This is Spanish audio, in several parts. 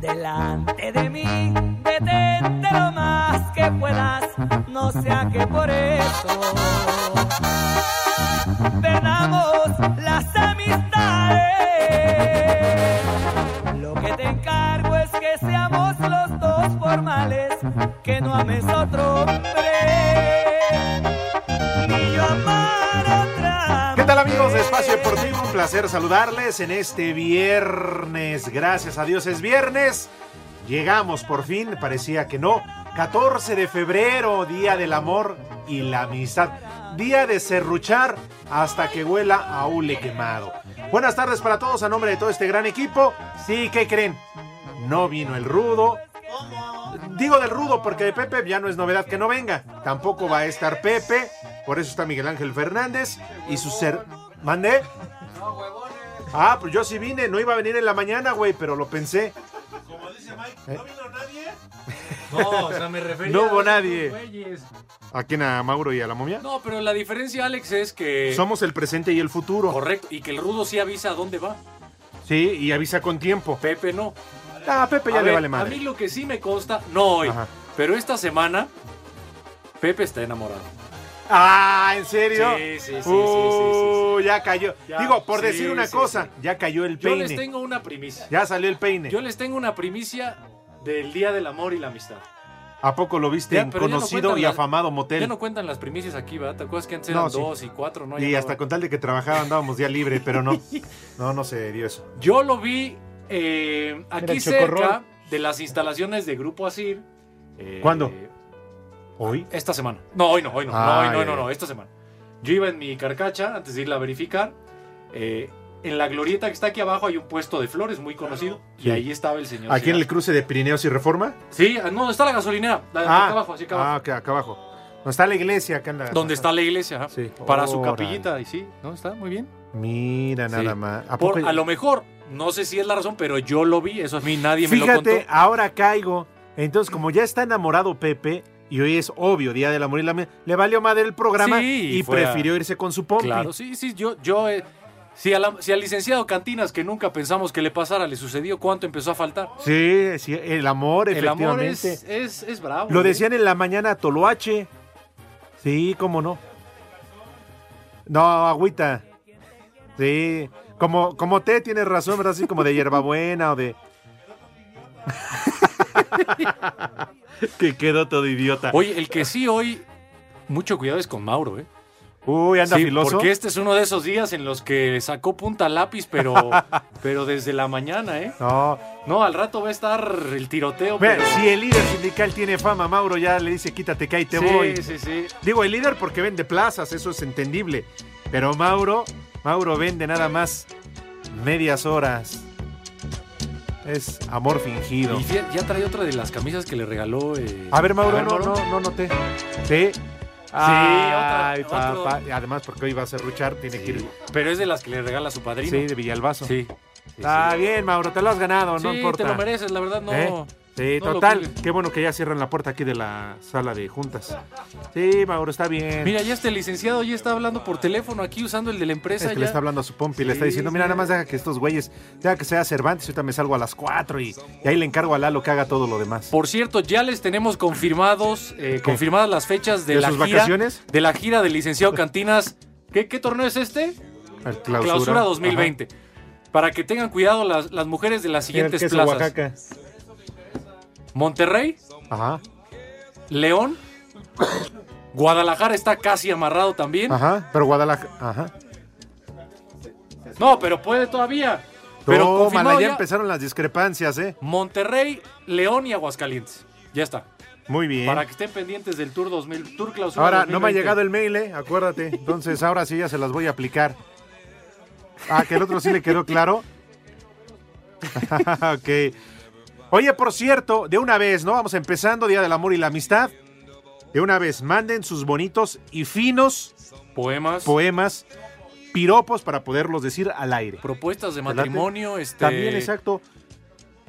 delante de mí, detente lo más que puedas, no sea que por eso perdamos las amistades. Lo que te encargo es que seamos los dos formales, que no ames a otro hombre, ni yo amar a otra. ¿Qué tal amigos de mujer. Espacio Deportivo? Un placer saludarles en este viernes. Gracias a Dios es viernes. Llegamos por fin, parecía que no. 14 de febrero, Día del Amor y la Amistad. Día de serruchar hasta que huela a hule quemado. Buenas tardes para todos a nombre de todo este gran equipo. Sí, ¿qué creen? No vino el rudo. Digo del rudo porque de Pepe ya no es novedad que no venga. Tampoco va a estar Pepe. Por eso está Miguel Ángel Fernández y su ser... ¿Mandé? Ah, pues yo sí vine. No iba a venir en la mañana, güey, pero lo pensé. No, o sea, me refería No a hubo esos nadie. güeyes. ¿A quién? ¿A Mauro y a la momia? No, pero la diferencia, Alex, es que. Somos el presente y el futuro. Correcto, y que el rudo sí avisa a dónde va. Sí, y avisa con tiempo. Pepe no. Ah, Pepe ya a le ver, vale A mí madre. lo que sí me consta, no hoy, Ajá. pero esta semana, Pepe está enamorado. Ah, ¿en serio? Sí, sí, sí, sí, sí, sí, Uh, ya cayó. Ya, Digo, por sí, decir una sí, cosa, sí. ya cayó el Yo peine. les tengo una primicia. Ya salió el peine. Yo les tengo una primicia del Día del Amor y la Amistad. ¿A poco lo viste Ya, en pero ya no conocido cuentan y las- afamado motel? Ya no cuentan las primicias aquí, ¿verdad? ¿Te acuerdas que antes No, eran sí. dos y cuatro? No, Ya y no hasta va. con tal de que trabajaba andábamos día libre, pero no. No, no se dio eso. Yo lo vi eh, aquí el cerca chocorrol. de las instalaciones de Grupo Asir. eh, ¿Cuándo? ¿Hoy? Esta semana. No, hoy no, hoy no. Ah, no, hoy ya, no, no, ya. no, esta semana. Yo iba en mi carcacha antes de irla a verificar. eh, en la glorieta que está aquí abajo hay un puesto de flores muy conocido. Sí. Y ahí estaba el señor. ¿Aquí en el Zidane. cruce de Pirineos y Reforma? Sí, ah, no, está la gasolinera. la- acá abajo, así acá ah, abajo. ok, acá abajo. No está la iglesia acá en la. Donde está la iglesia. ajá, Sí. Para su Órale. capillita. Y sí, ¿no? Está muy bien. Mira nada Sí. más. ¿A, ¿A poco- a lo mejor, no sé si es la razón, pero yo lo vi. Eso a mí nadie me lo contó. Fíjate, ahora caigo. Entonces, como ya está enamorado Pepe, y hoy es obvio Día del Amor y la Amistad, le valió madre el programa Sí, y fue a- prefirió irse con su pompi. Claro, sí, sí, yo, yo, eh, si, a la- si al licenciado Cantinas, que nunca pensamos que le pasara, le sucedió, ¿cuánto empezó a faltar? Sí, sí, el amor, El efectivamente. amor es, es, es bravo. Lo ¿eh? decían en la mañana Toloache. Sí, cómo no. No, agüita. Sí. Como, como té tienes razón, ¿verdad? Así como de hierbabuena o de. que quedó todo idiota. Oye, el que sí hoy, mucho cuidado es con Mauro, ¿eh? Uy, anda Sí, filoso. porque este es uno de esos días en los que sacó punta lápiz, pero, pero desde la mañana, ¿eh? No. No, al rato va a estar el tiroteo. Ve, pero- si el líder sindical tiene fama, Mauro ya le dice quítate que ahí te sí, voy. sí, sí. Digo, el líder porque vende plazas, eso es entendible. Pero Mauro, Mauro vende nada más medias horas. Es amor fingido. Y fí- ya trae otra de las camisas que le regaló. eh, A ver, Mauro, a ver, no, no, no noté. Sí. otra- Ay, otro. papá. Y Además, porque hoy va a serruchar, tiene que Sí, ir. pero es de las que le regala su padrino. Sí, de Villalbazo. Sí. sí, Está sí. bien, Mauro, te lo has ganado, no Sí, importa. te lo mereces, la verdad no. ¿Eh? Sí, No lo total. cuelgues. Qué bueno que ya cierran la puerta aquí de la sala de juntas. Sí, Mauro, está bien. Mira, ya este licenciado ya está hablando por teléfono aquí usando el de la empresa. es que ya. Este, le está hablando a su pompi, le está Sí, diciendo, mira, sí. nada más deja que estos güeyes, deja que sea Cervantes, ahorita me salgo a las 4 y, y ahí le encargo a Lalo que haga todo lo demás. Por cierto, ya les tenemos confirmados, eh, confirmadas las fechas de, ¿De la sus gira, vacaciones? De la gira del licenciado Cantinas. ¿Qué, qué torneo es este? Al Clausura, 2020. Para que tengan cuidado las, las mujeres de las Ajá. Mira el siguientes queso plazas. Oaxaca. Monterrey, Ajá, León, Guadalajara está casi amarrado también. ajá, pero Guadalajara, ajá. No, pero puede todavía. Pero Tómala, confirmado ya ya empezaron las discrepancias, ¿eh? Monterrey, León y Aguascalientes. Ya está. Muy bien. Para que estén pendientes del Tour 2000, Tour Clausura Ahora, no me ha 2020. llegado el mail, ¿eh? Acuérdate. Entonces, ahora sí ya se las voy a aplicar. Ah, que el otro sí le quedó claro. ok. Oye, por cierto, de una vez, ¿no? Vamos empezando, Día del Amor y la Amistad. De una vez, manden sus bonitos y finos Poemas, poemas, piropos para poderlos decir al aire. Este propuestas de ¿Te late? matrimonio, este... También, exacto.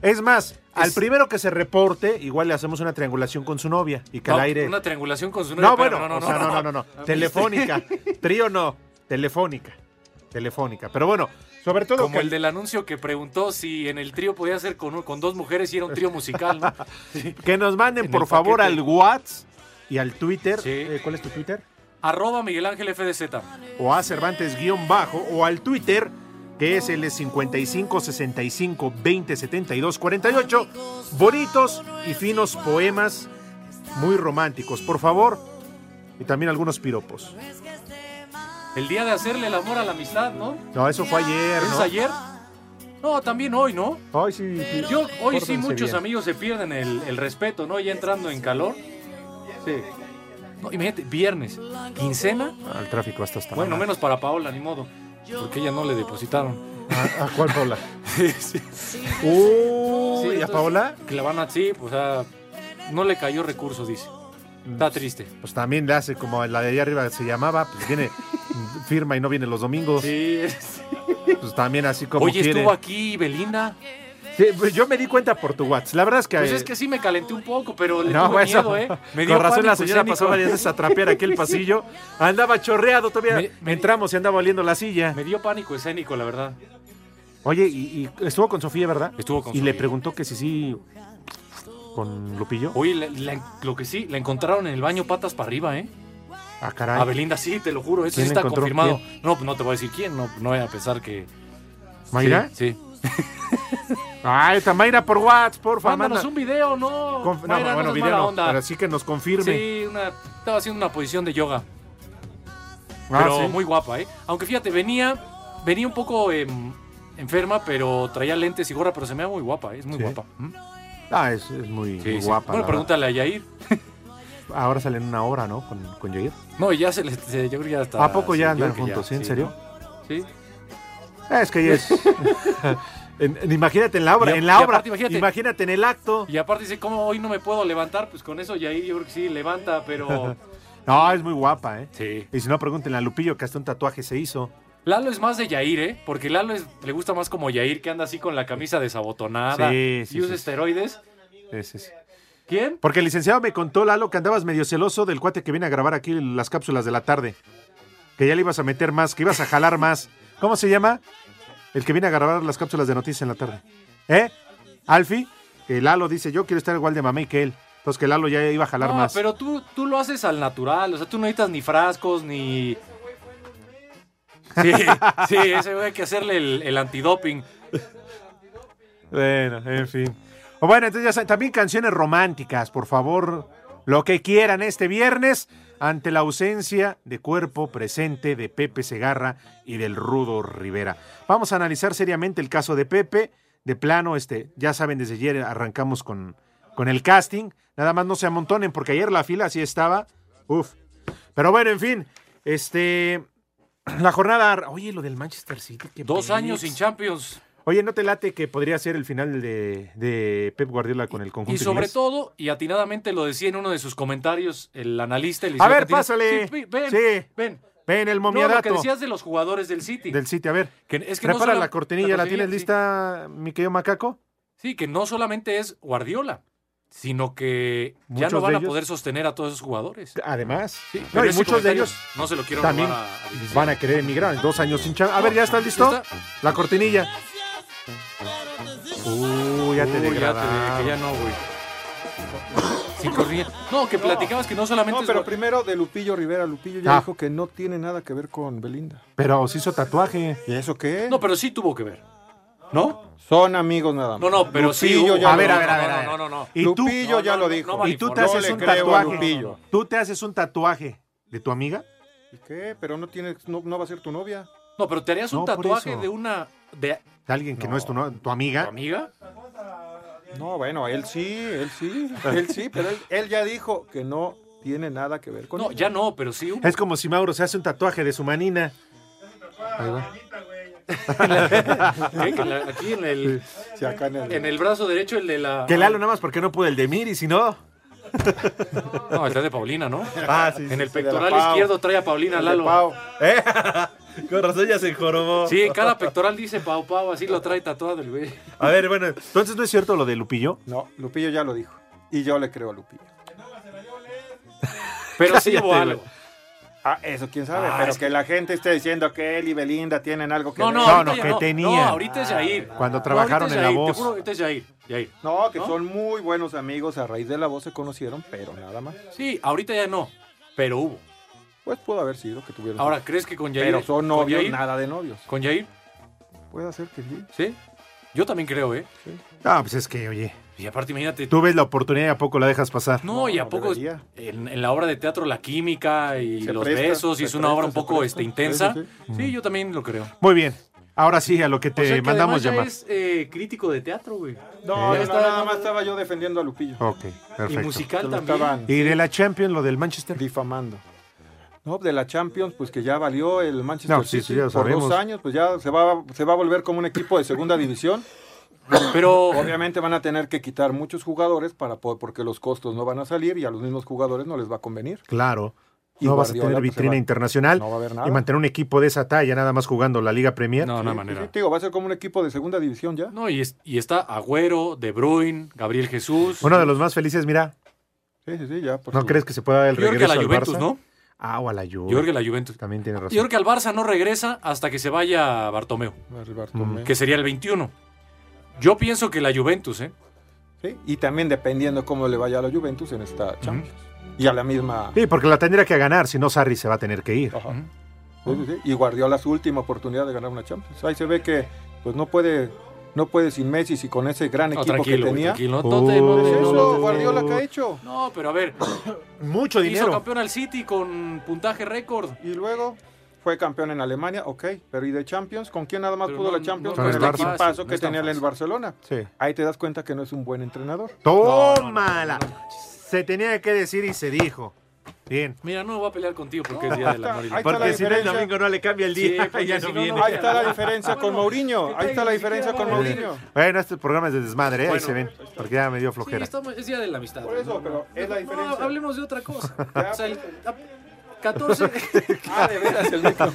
Es más, al Es- primero que se reporte, igual le hacemos una triangulación con su novia y que No, al aire. Una triangulación con su novia, No, pero bueno, o sea, no, no, no, no. Telefónica. Trío no. Telefónica. Telefónica. Pero bueno, sobre todo Como que- el del anuncio que preguntó si en el trío podía ser con, un- con dos mujeres y era un trío musical, ¿no? que nos manden, en por el favor, paquete. al WhatsApp y al Twitter. Sí. Eh, ¿Cuál es tu Twitter? Arroba Miguel Ángel FDZ. O a Cervantes guión bajo o al Twitter que es el 55 65 20 72 48. Bonitos y finos poemas muy románticos, por favor. Y también algunos piropos. El día de hacerle el amor a la amistad, ¿no? No, eso fue ayer, ¿Es ¿no? ayer? No, también hoy, ¿no? Ay, sí, sí. Yo, hoy Pórtense sí muchos bien. amigos se pierden el, el respeto, ¿no? Ya entrando en calor. Sí. No, imagínate, viernes, quincena. Al tráfico hasta hasta. Bueno, la madre. menos para Paola, ni modo. Porque ella no le depositaron. ¿A, a cuál Paola? Sí, sí. Sí, Uy, ¿y a entonces, Paola? Que la van a, sí, pues, ah, no le cayó recursos, dice. Está triste. Pues también le hace como la de allá arriba se llamaba, pues viene, firma y no viene los domingos. Sí, es- Pues también así como Oye, quiere. estuvo aquí Belinda. Sí, pues yo me di cuenta por tu WhatsApp. La verdad es que. Pues eh, es que sí me calenté un poco, pero le no, tuve eso. miedo, ¿eh? Me dio con razón la pánico señora escénico. pasó varias veces a trapear aquí el pasillo. Andaba chorreado todavía. Me- me- Entramos y andaba oliendo la silla. Me dio pánico escénico, la verdad. Oye, y, y estuvo con Sofía, ¿verdad? Estuvo con Y le Sofía. preguntó que si sí. Con Lupillo. Oye, la- la- lo que sí, la encontraron en el baño patas para arriba, ¿eh? Ah, caray. A Belinda sí, te lo juro, eso sí ¿Quién está la encontró? confirmado. No, no te voy a decir quién, no, no voy a pensar que... ¿Mayra? Sí, sí. Ay, está Mayra por WhatsApp, porfa. Mándanos manda. un video, no. Conf- no, Mayra, no bueno, seas video mala no, onda. pero sí que nos confirme. Sí, una- estaba haciendo una posición de yoga, Ah, pero sí. muy guapa, ¿eh? Aunque fíjate, venía, venía un poco em, enferma, pero traía lentes y gorra, pero se me ve muy guapa, ¿eh? es muy Sí. guapa. ¿Mm? Ah, es, es muy, Sí, muy sí. guapa. Bueno, la verdad. pregúntale a Yair. Ahora salen una hora, ¿no? Con, con Jair. No, ya se les, se- yo creo que ya está. ¿A poco ya Ah, yo andan creo que juntos? ¿Sí? ¿En serio? Ah, ¿no? Sí. Es que ya es. En- en- imagínate en la obra. Y a- en la y obra. aparte, imagínate. imagínate. en el acto. Y aparte dice, ¿cómo hoy no me puedo levantar? Pues con eso Yair yo creo que sí levanta, pero... No, es muy guapa, ¿eh? sí. Y si no, pregúntenle a Lupillo que hasta un tatuaje se hizo. Lalo es más de Yair, ¿eh? Porque Lalo es- le gusta más como Yair, que anda así con la camisa desabotonada Sí, sí, y usa sí, sí. esteroides. Ese es. ¿Quién? Porque el licenciado me contó, Lalo, que andabas medio celoso del cuate que viene a grabar aquí las cápsulas de la tarde. Que ya le ibas a meter más, que ibas a jalar más. ¿Cómo se llama? El que viene a grabar las cápsulas de noticias en la tarde. ¿Eh? Alfi, que Lalo dice, yo quiero estar igual de mamey que él. Entonces que Lalo ya iba a jalar No, más. pero tú, tú lo haces al natural, o sea, tú no necesitas ni frascos, ni... Sí, sí, ese güey hay que hacerle el, el antidoping. Bueno, en fin. O bueno, entonces ya saben, también canciones románticas, por favor. Lo que quieran este viernes, ante la ausencia de cuerpo presente de Pepe Segarra y del Rudo Rivera. Vamos a analizar seriamente el caso de Pepe. De plano, este, ya saben, desde ayer arrancamos con, con el casting. Nada más no se amontonen, porque ayer la fila sí estaba. Uf. Pero bueno, en fin. Este. La jornada. Oye, lo del Manchester City. qué Dos años pex. sin Champions. Oye, ¿no te late que podría ser el final de, de Pep Guardiola con el conjunto Y sobre inglés? todo, y atinadamente lo decía en uno de sus comentarios el analista. El A ver, pásale. Sí, ven, Sí. ven. Ven, el No, lo que momiadato decías de los jugadores del City. del City. A ver, Que es que no prepara sola- la cortinilla. ¿La tienes sí. lista, mi querido macaco? Sí, que no solamente es Guardiola. sino que ya Muchos no van de a ellos- poder sostener a todos esos jugadores. Además, Sí, no, pero y ese muchos de comentario ellos no se lo quiero también robar a- a Vicente. van a querer emigrar. Dos años sin chamba. A ver, ¿ya estás listo? ¿Ya está? La cortinilla. Uy, ya te Uy, degradaron. de- que ya no, güey. Sin corriente. No, que platicabas que no solamente No, es pero gua- primero de Lupillo Rivera. Lupillo ya Ah. dijo que no tiene nada que ver con Belinda. Pero se hizo tatuaje. ¿Y eso qué? No, pero sí tuvo que ver. ¿No? Son amigos nada más. No, no, pero sí. Lupillo hubo- ya A lo ver, a dijo. ver, a ver. No, a no, ver. no, no. Y tú, Lupillo No, ya no, lo no, dijo. no, y tú te no haces le un creo a tatuaje. Lupillo. ¿Tú te haces un tatuaje de tu amiga? ¿Y ¿Qué? Pero no, tiene, no, no va a ser tu novia. No, pero te harías un No, por tatuaje eso. de una. de De alguien que no, es tu, no- tu amiga. tu amiga. No, bueno, él sí, él sí, él sí, pero él, él ya dijo que no tiene nada que ver con No, ella. ya no, pero sí. hubo. Es como si Mauro se hace un tatuaje de su manina. Ahí va. ¿Qué? Que la- Aquí en el, Sí, acá en el- en el brazo derecho, el de la. Que Lalo nada más porque no pudo el de Miri, si no. No, el de Paulina, ¿no? Ah, sí. En el de la pectoral Pau. izquierdo trae a Paulina el de Lalo. Pau. Con razón ya se jorobó. Sí, en cada pectoral dice Pau Pau, así lo trae tatuado el güey. A ver, bueno, entonces no es cierto lo de Lupillo. No, Lupillo ya lo dijo. Y yo le creo a Lupillo. Pero sí hubo Cállate, algo. Ah, eso quién sabe, pero que, la gente esté diciendo que él y Belinda tienen algo que No, ver. no, No, ahorita no, ya que no. tenían. No, ahorita es Jair. Cuando No, trabajaron ahorita en es La Jair, Voz. Te juro, ahorita es Jair. Jair. No, que ¿No? son muy buenos amigos, a raíz de la voz se conocieron, pero nada más. Sí, ahorita ya no, pero hubo. Pues pudo haber sido que tuvieron. Ahora, ¿crees que con Jair? pero son con novios, Jair? nada de novios. ¿Con Jair? Puede ser que sí. Sí. Yo también creo, ¿eh? Ah, pues es que, oye, Y aparte, imagínate. tú ves la oportunidad y a poco la dejas pasar. No, No, y a no poco debería. en, en la obra de teatro la química y Se los presta, besos, y se es una obra un presta, se poco presta. este, intensa. Sí, Sí, sí, yo también lo creo. Muy bien. Ahora sí, a lo que te O sea que mandamos además ya llamar. es eh, crítico de teatro, güey. Eh, No, Ya no, estaba- nada más estaba yo defendiendo a Lupillo. Ok, Y perfecto. Que musical lo también. estaban Y de la Champions, lo del Manchester. difamando. No, de la Champions, pues que ya valió el Manchester No, sí, City sí, ya por sabemos. dos años, pues ya se va, se va a volver como un equipo de segunda división. Pero, Obviamente van a tener que quitar muchos jugadores para po- porque los costos no van a salir y a los mismos jugadores no les va a convenir. Claro. Y no vas a Guardiola, tener pues, se vitrina va- internacional no va a haber nada. y mantener un equipo de esa talla nada más jugando la Liga Premier. no, no hay Sí, manera. sí, te digo, va a ser como un equipo de segunda división ya. No, y, es- y está Agüero, De Bruyne, Gabriel Jesús. Uno de los más felices, mira, Sí, sí, sí, ya. por ¿no su- crees que se pueda dar el Yo creo que a regreso la al Juventus, Barça? ¿no? Ah, o a la Juve. Yo creo que la Juventus. También tiene razón. Yo creo que al Barça no regresa hasta que se vaya Bartomeu, el Bartomeu. que sería el 21. Yo pienso que la Juventus, ¿eh? Sí, Y también dependiendo cómo le vaya a la Juventus en esta Champions. Y a la misma. Sí, porque la tendría que ganar, si no Sarri se va a tener que ir. Ajá. Sí, sí, sí. Y Guardiola su última oportunidad de ganar una Champions. Ahí se ve que pues no puede, no puede sin Messi y con ese gran No, equipo que Ah, tranquilo, güey, tenía. tranquilo. Oh. No, te- no Pues te- no, no, eso, no. Guardiola que ha hecho. No, pero a ver, Mucho hizo dinero. campeón al City con puntaje récord. Y luego fue campeón en Alemania, ok. Pero ¿y de Champions? ¿Con quién nada más Pero pudo no- la Champions? no- con no el es tan equipazo fácil, no que es tan tenía en el fácil. Barcelona. Sí. Ahí te das cuenta que no es un buen entrenador. Tómala. Se tenía que decir y se dijo. Bien. Mira, no voy a pelear contigo porque es día del amor y la Ahí está la Porque si no el diferencia. domingo no le cambia el Sí, día, porque ya si Ah, no no, no viene. va a Ahí está la diferencia con Mourinho. Ahí está la diferencia con Mourinho. Bueno, este programa es de desmadre, ¿eh? ahí Bueno. se ven, porque ya me dio Sí, flojera. estamos- es día de la amistad. Por eso, No, pero es la no, diferencia. hablemos de otra cosa. O sea, el- a- 14, Ah, de veras, el micro.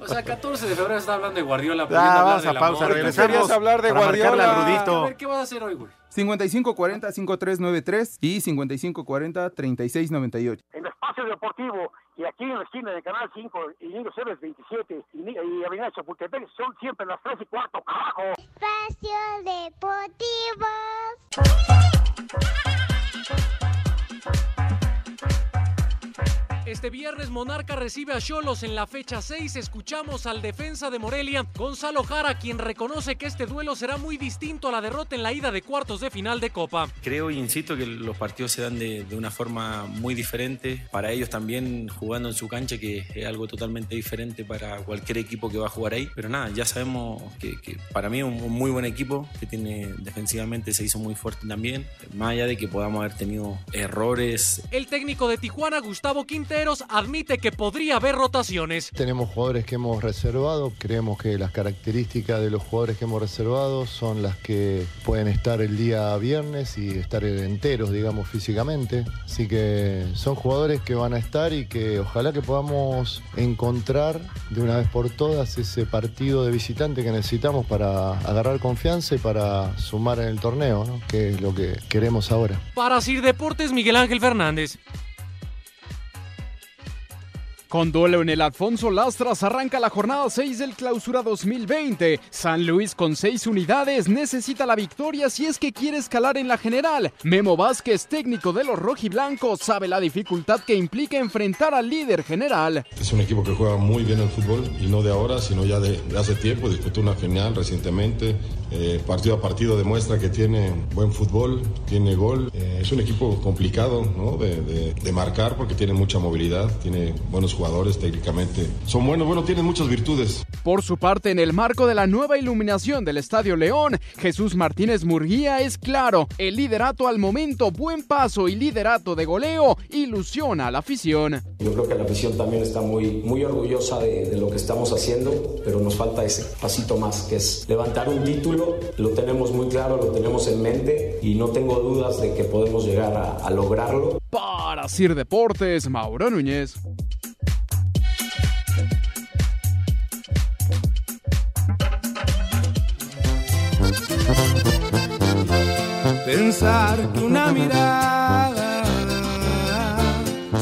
o sea, 14 de febrero está hablando de Guardiola. pudiendo Ya, hablar Ah, vamos del a amor. pausa, tú regresamos. querías hablar de para marcarle Guardiola. al A Rudito. ver, ¿qué vas a hacer hoy, güey? 5540-5393 y 5540-3698. en Espacio Deportivo y aquí en la esquina de Canal 5 y Niño Ceres 27 y, Ni- y Avenida Chapultepec son siempre las 3 y cuarto, carajo. Espacio Deportivo. Este viernes Monarca recibe a Cholos en la fecha 6. Escuchamos al defensa de Morelia, Gonzalo Jara, quien reconoce que este duelo será muy distinto a la derrota en la ida de cuartos de final de Copa. Creo y insisto que los partidos se dan de, de una forma muy diferente. Para ellos también jugando en su cancha, que es algo totalmente diferente para cualquier equipo que va a jugar ahí. Pero nada, ya sabemos que, que para mí es un, un muy buen equipo, que tiene defensivamente se hizo muy fuerte también. Más allá de que podamos haber tenido errores El técnico de Tijuana, Gustavo Quintero, Cisneros admite que podría haber rotaciones. Tenemos jugadores que hemos reservado, creemos que las características de los jugadores que hemos reservado son las que pueden estar el día viernes y estar enteros, digamos, físicamente. Así que son jugadores que van a estar y que ojalá que podamos encontrar de una vez por todas ese partido de visitante que necesitamos para agarrar confianza y para sumar en el torneo, ¿no? que es lo que queremos ahora. Para Sir Deportes, Miguel Ángel Fernández. Con duelo en el Alfonso Lastras arranca la jornada 6 del Clausura 2020. San Luis con 6 unidades necesita la victoria si es que quiere escalar en la general. Memo Vázquez, técnico de los rojiblancos, sabe la dificultad que implica enfrentar al líder general. Es un equipo que juega muy bien el fútbol y no de ahora, sino ya de, de hace tiempo. Disputó una final recientemente. Eh, partido a partido demuestra que tiene Eh, buen fútbol, tiene gol. Eh, es un equipo complicado ¿no? de, de, de marcar porque tiene mucha movilidad, tiene buenos jugadores técnicamente. Son buenos, bueno, tienen muchas virtudes. Por su parte, en el marco de la nueva iluminación del Estadio León, Jesús Martínez Murguía es claro, el liderato al momento, buen paso y liderato de goleo ilusiona a la afición. Yo creo que la afición también está muy, muy orgullosa de, de lo que estamos haciendo, pero nos falta ese pasito más, que es levantar un título, lo tenemos muy claro, lo tenemos en mente y no tengo dudas de que podemos llegar a, a lograrlo. Para Sir Deportes, Mauro Núñez. Pensar que una mirada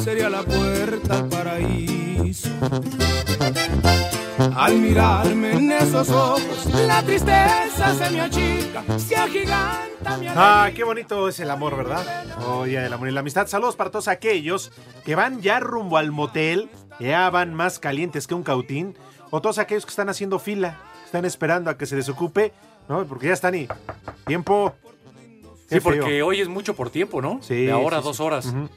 sería la puerta al paraíso. Al mirarme en esos ojos, la tristeza se me achica, se agiganta mi Ah, qué bonito es el amor, ¿verdad? Oye, el amor y la amistad. Saludos para todos aquellos que van ya rumbo al motel, ya van más calientes que un cautín, o todos aquellos que están haciendo fila, están esperando a que se desocupe, ¿no? Porque ya están y tiempo. Sí, porque hoy es mucho por tiempo, ¿no? Sí, De ahora, sí, sí. dos horas. Ujú.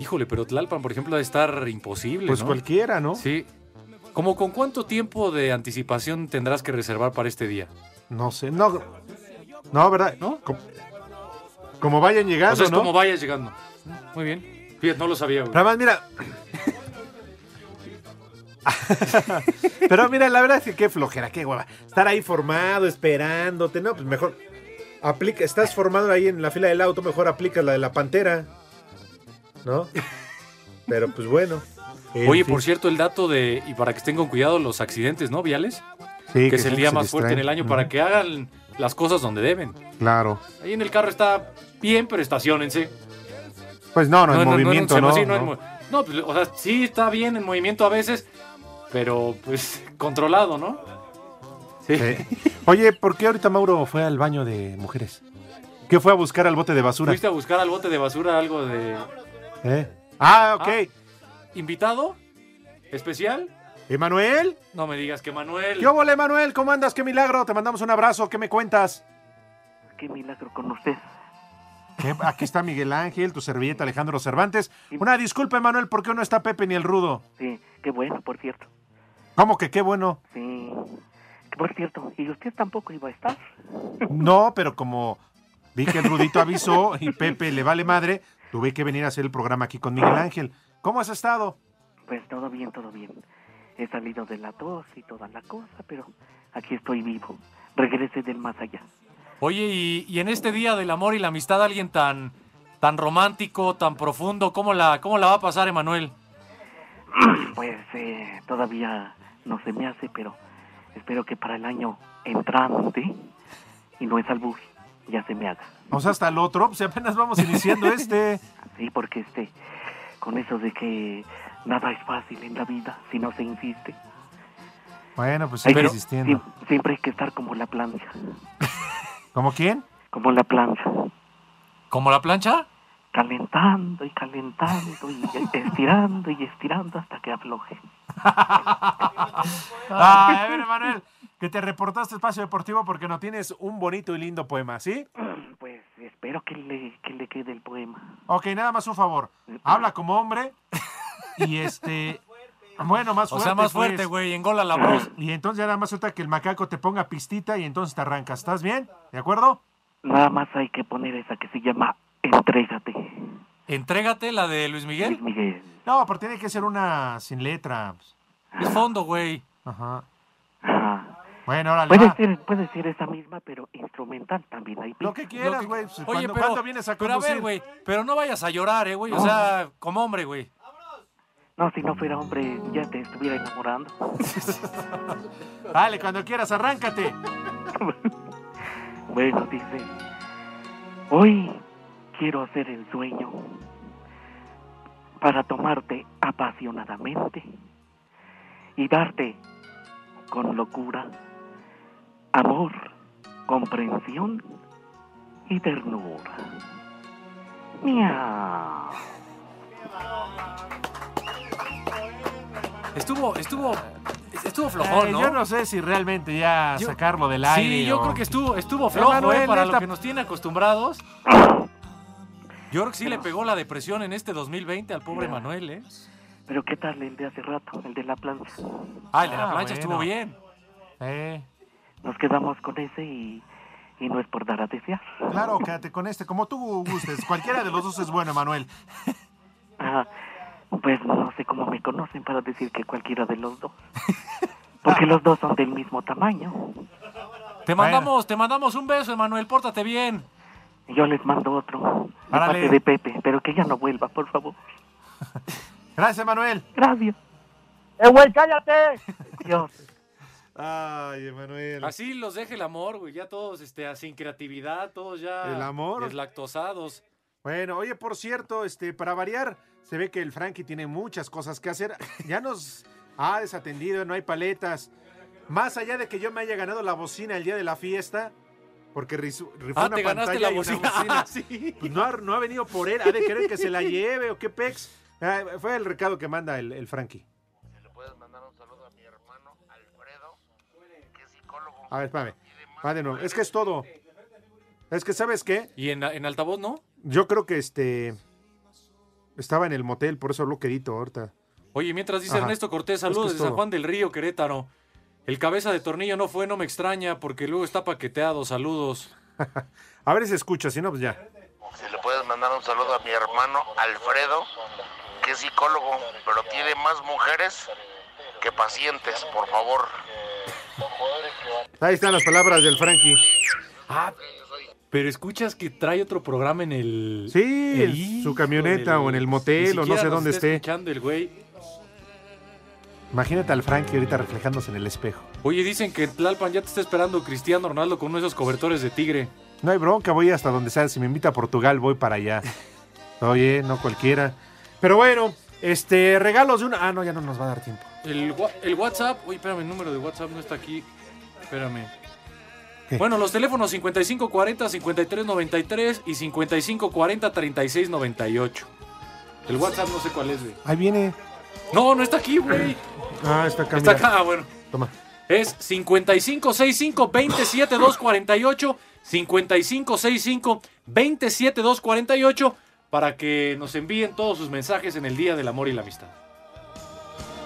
Híjole, pero Tlalpan, por ejemplo, ha de estar imposible. Pues ¿no? cualquiera, ¿no? Sí. ¿Cómo con cuánto tiempo de anticipación tendrás que reservar para este día? No sé, no. No, ¿verdad? ¿No? Como, como vayan llegando, o sea, es ¿no? como vayas llegando. Muy bien. Fíjate, no lo sabía, güey. Nada más, mira. Pero mira, la verdad es que qué flojera, qué guapa. Estar ahí formado, esperándote, ¿no? Pues mejor. Aplica, estás formado ahí en la fila del auto, mejor aplicas la de la pantera. ¿No? Pero pues bueno. En Oye, fin. por cierto, el dato de, y para que estén con cuidado, los accidentes, ¿no? Viales. Sí, que, que es sí, el día se más fuerte en distraen. el año Ujú. para que hagan las cosas donde deben. Claro. Ahí en el carro está bien, pero estacionense. Pues no, no, en movimiento, no. en no. mo- no, pues, o sea, sí está bien en movimiento a veces, pero pues controlado, ¿no? Sí. Oye, ¿por qué ahorita Mauro fue al baño de mujeres? ¿Qué fue a buscar al bote de basura? Fuiste a buscar al bote de basura algo de ¿Eh? Ah, ok. invitado especial. ¿Emanuel? No me digas que Manuel. ¿Qué volé, Manuel? ¿Cómo andas? ¡Qué milagro! Te mandamos un abrazo. ¿Qué me cuentas? Qué milagro con usted. ¿Qué? Aquí está Miguel Ángel, tu servilleta Alejandro Cervantes. Una disculpa, Emanuel, ¿por qué no está Pepe ni el Rudo? Sí, qué bueno, por cierto. ¿Cómo que qué bueno? Sí. Por cierto, y usted tampoco iba a estar. No, pero como vi que el Rudito avisó y Pepe le vale madre, tuve que venir a hacer el programa aquí con Miguel Ángel. ¿Cómo has estado? Pues todo bien, todo bien. He salido de la tos y toda la cosa, pero aquí estoy vivo. Regresé del más allá. Oye, y, y en este día del amor y la amistad, alguien tan, tan romántico, tan profundo, ¿cómo la, cómo la va a pasar, Emanuel? Pues eh, todavía no se me hace, pero espero que para el año entrante, y no es albur, ya se me haga. O sea, hasta el otro, pues apenas vamos iniciando este. Sí, porque este, con eso de que nada es fácil en la vida si no se insiste. Bueno, pues Hay sigue que- insistiendo. siem- Siempre hay que estar como la plancha. ¿Cómo quién? Como la plancha. ¿Como la plancha? Calentando y calentando y estirando y estirando hasta que afloje. Ah, a ver, Emanuel, que te reportaste Espacio Deportivo porque no tienes un bonito y lindo poema, ¿sí? Pues espero que le, que le quede el poema. Ok, nada más un favor. Habla como hombre y este... Bueno, más O fuerte. sea, más pues. fuerte, güey, engola la voz. Y entonces ya nada más suelta que el macaco te ponga pistita y entonces te arrancas. ¿Estás bien? ¿De acuerdo? Nada más hay que poner esa que se llama Entrégate. Entrégate la de Luis Miguel. No, pero tiene que ser una sin letra. pues. Es fondo, güey. Ajá. Bueno, órale. Puede va. ser, puede ser esa misma, pero instrumental también. Hay Lo que pistas. quieras, güey. pues, Oye, ¿cuándo- pero, cuándo vienes a pero a ver, conducir? güey, pero no vayas a llorar, eh, güey. O sea, como hombre, güey. No, si no fuera hombre, ya te estuviera enamorando. Dale, cuando quieras, arráncate. Bueno, dice, hoy quiero hacer el sueño para tomarte apasionadamente y darte con locura amor, comprensión y ternura. Miau. Estuvo, estuvo, estuvo Eh, flojón, ¿no? Yo no sé si realmente ya Yo- sacarlo del aire. Sí, yo o- creo que estuvo, estuvo flojo, Emanuel, eh, para lo neta. que nos tiene acostumbrados. Yo creo que sí le pegó la depresión en este 2020 al pobre Manuel, ¿eh? Pero ¿qué tal el de hace rato, el de la plancha? Ah, el de la plancha estuvo bien. Eh. Nos quedamos con ese y, y no es por dar a desear. Claro, quédate con este, como tú gustes. Cualquiera de los dos es bueno, Manuel. Ah, pues no sé cómo me conocen para decir que cualquiera de los dos. Porque los dos son del mismo tamaño. Te mandamos, te mandamos un beso, Emanuel, pórtate bien. Yo les mando otro de Árale. parte de Pepe, pero que ya no vuelva, por favor. Gracias, Manuel. Gracias. ¡Eh, güey, cállate! Dios. Ay, Emanuel. Así los deje el amor, güey. Ya todos este, sin creatividad, todos ya ¿El amor? deslactosados. Bueno, oye, por cierto, este, para variar, se ve que el Frankie tiene muchas cosas que hacer. Ya nos ha desatendido, no hay paletas. Más allá de que yo me haya ganado la bocina el día de la fiesta, porque rizu- rifó Ah, una te ganaste pantalla la y una bocina. Ah, bocina. Sí. Pues no, ha, no ha venido por él, ha de querer que se la lleve o qué pex. Ah, fue el recado que manda el, el Frankie. A ver, espérame. Va de nuevo. Es que es todo. Es que, ¿sabes qué? ¿Y en, en altavoz no? Yo creo que este. Estaba en el motel, por eso habló querito ahorita. Oye, mientras dice Ajá. Ernesto Cortés, Es que saludos es de San todo. Juan del Río, Querétaro. El cabeza de tornillo no fue, no me extraña, porque luego está paqueteado. Saludos. A ver si escucha, si no, pues ya. Si le puedes mandar un saludo a mi hermano Alfredo, que es psicólogo, pero tiene más mujeres que pacientes, por favor. Ahí están las palabras del Frankie. Ah, Pero escuchas que trae otro programa en el. Sí, en su camioneta o en el motel Ni o no siquiera sé nos dónde está esté. escuchando el güey. Imagínate al Frankie ahorita reflejándose en el espejo. Oye, dicen que en Tlalpan ya te está esperando Cristiano Ronaldo con uno de esos cobertores de tigre. No hay bronca, voy hasta donde sea. Si me invita a Portugal, voy para allá. Oye, no cualquiera. Pero bueno, este, regalos de una. Ah, no, ya no nos va a dar tiempo. El, wa- el WhatsApp, oye, espérame, el número de WhatsApp no está aquí. Espérame. Bueno, los teléfonos 5540-5393 y 5540-3698. El WhatsApp no sé cuál es, güey. Ahí viene. No, no está aquí, güey. Ah, está acá. Está mira. acá, ah, bueno. Toma. Es 5565-27248, 5565-27248, para que nos envíen todos sus mensajes en el Día del Amor y la Amistad.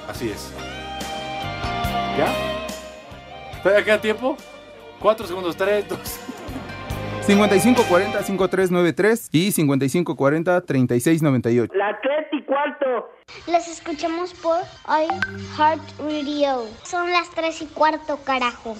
Así es. ¿Ya? ¿Estoy acá a tiempo? 4 segundos, 3, 2. 5540-5393 y 5540-3698. La tres y cuarto. Los escuchamos por Heart Radio. Son las tres y cuarto, carajo.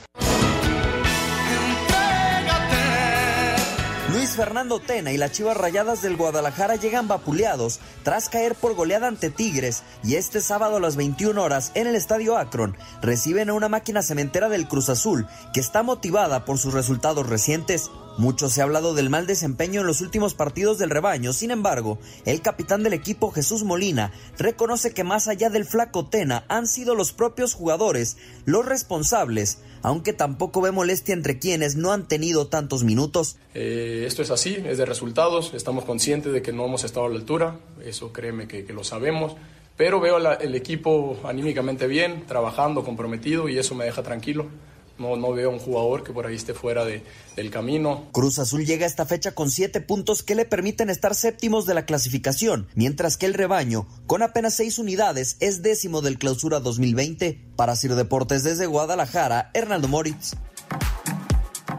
Luis Fernando Tena y las Chivas Rayadas del Guadalajara llegan vapuleados tras caer por goleada ante Tigres y este sábado a las 21 horas en el Estadio Akron reciben a una máquina cementera del Cruz Azul que está motivada por sus resultados recientes. Mucho se ha hablado del mal desempeño en los últimos partidos del rebaño, sin embargo, el capitán del equipo Jesús Molina reconoce que más allá del flaco Tena han sido los propios jugadores los responsables, aunque tampoco ve molestia entre quienes no han tenido tantos minutos. Eh, esto es así, es de resultados, estamos conscientes de que no hemos estado a la altura, eso créeme que, que lo sabemos, pero veo la- el equipo anímicamente bien, trabajando, comprometido y eso me deja tranquilo. No, no veo un jugador que por ahí esté fuera de- del camino, Cruz Azul llega a esta fecha con siete puntos que le permiten estar séptimos de la clasificación, mientras que el rebaño, con apenas seis unidades, es décimo del clausura 2020. Para Sir Deportes desde Guadalajara, Hernando Moritz.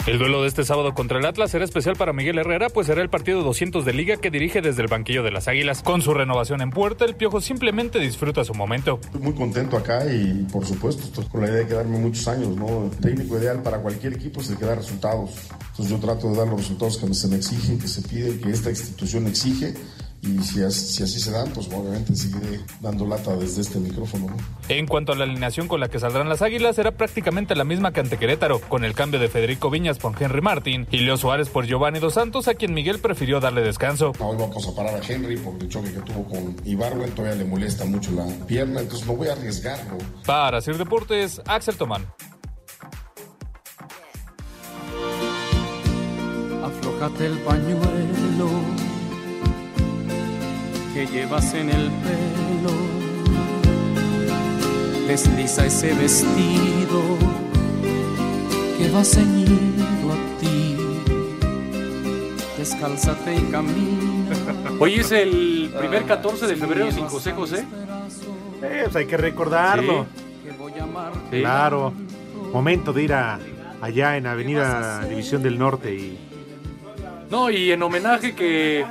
El duelo de este sábado contra el Atlas será especial para Miguel Herrera, pues será el partido 200 de liga que dirige desde el banquillo de las Águilas. Con su renovación en puerta, el Piojo simplemente disfruta su momento. Estoy muy contento acá y por supuesto estoy con la idea de quedarme muchos años, ¿no? El técnico ideal para cualquier equipo es el que da resultados. Entonces yo trato de dar los resultados que se me exigen, que se piden, que esta institución exige. Y si, as- si así se dan, pues obviamente seguiré dando lata desde este micrófono. ¿no? En cuanto a la alineación con la que saldrán las Águilas, será prácticamente la misma que ante Querétaro, con el cambio de Federico Viñas por Henry Martin y Leo Suárez por Giovanni Dos Santos, a quien Miguel prefirió darle descanso. Hoy vamos a parar a Henry por el choque que tuvo con Ibarwen, todavía le molesta mucho la pierna, entonces no voy a arriesgarlo. Para Sir Deportes, Axel Tomán. Aflójate el pañuelo que llevas en el pelo. Desliza ese vestido que va ceñido a ti. Descálzate y camina. Hoy es el primer 14 de febrero sin José José. Eh, pues hay que recordarlo. Que voy a amar. Claro. Momento de ir a, allá en Avenida División del Norte y No, y en homenaje que.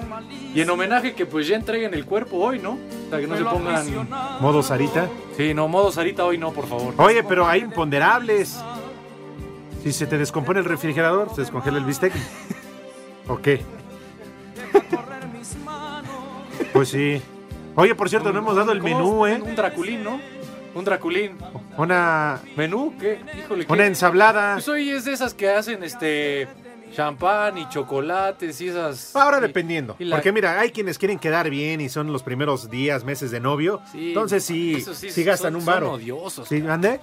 Y en homenaje que pues ya entreguen el cuerpo hoy, ¿no? Para que no se pongan. modo Sarita. Sí, no, modo Sarita hoy no, por favor. Oye, pero hay imponderables. Si se te descompone el refrigerador, se descongela el bistec. ¿O qué? Pues sí. Oye, por cierto, no hemos dado el ¿Cómo menú, es? ¿eh? Un draculín, ¿no? Un draculín. Una. ¿Menú? ¿Qué? Híjole, ¿qué? Una ensablada. Pues hoy es de esas que hacen este. Champán y chocolates y esas. Ah, Ahora dependiendo. y la- Porque mira, hay quienes quieren quedar bien y son los primeros días, meses de novio. Entonces sí, esos sí, sí son- gastan un son varo. odiosos, ¿Sí, ande?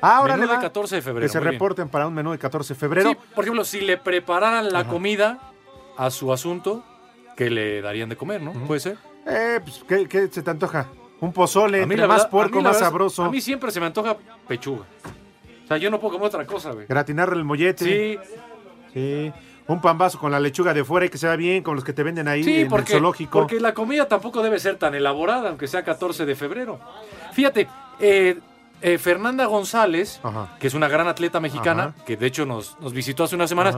Ah, ahora Menú le de va. 14 de febrero, Que se muy bien. reporten para un menú de 14 de febrero. Sí, por ejemplo, si le prepararan la comida a su asunto, que le darían de comer, ¿no? Puede ser. Eh, pues, ¿qué, qué se te antoja? Un pozole, A mí, entre la más verdad- a puerco, mí, la más verdad, sabroso. A mí siempre se me antoja pechuga. O sea, yo no puedo comer otra cosa, güey. Gratinar el Sí. mollete. Sí. Un pambazo con la lechuga de fuera y que se vea bien, con los que te venden ahí Sí, en porque, el zoológico. porque la comida tampoco debe ser tan elaborada, aunque sea 14 de febrero. Fíjate, eh, eh, Fernanda González, Ajá. que es una gran atleta mexicana, que de hecho nos, nos visitó hace unas semanas,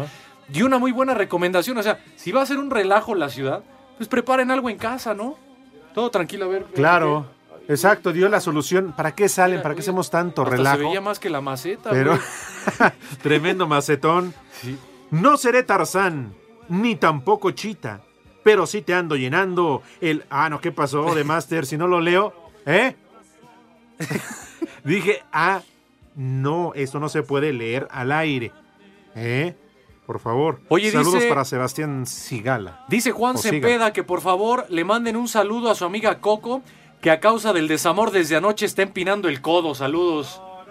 dio una muy buena recomendación. O sea, si va a ser un relajo la ciudad, pues preparen algo en casa, ¿no? Todo tranquilo, a ver. Claro. Exacto, dio la solución. ¿Para qué salen? ¿Para qué hacemos tanto Eh, Hasta se relajo? veía más que la maceta, Pero güey. tremendo macetón. No seré Tarzán, ni tampoco Chita, pero sí te ando llenando el... Ah, no, ¿qué pasó de Master? Si no lo leo, ¿eh? Dije, ah, no, esto no se puede leer al aire. ¿Eh? Por favor. Oye, Saludos dice- para Sebastián Sigala. Dice Juan O sigan. Cepeda que por favor le manden un saludo a su amiga Coco, que a causa del desamor desde anoche está empinando el codo. Saludos. Ah,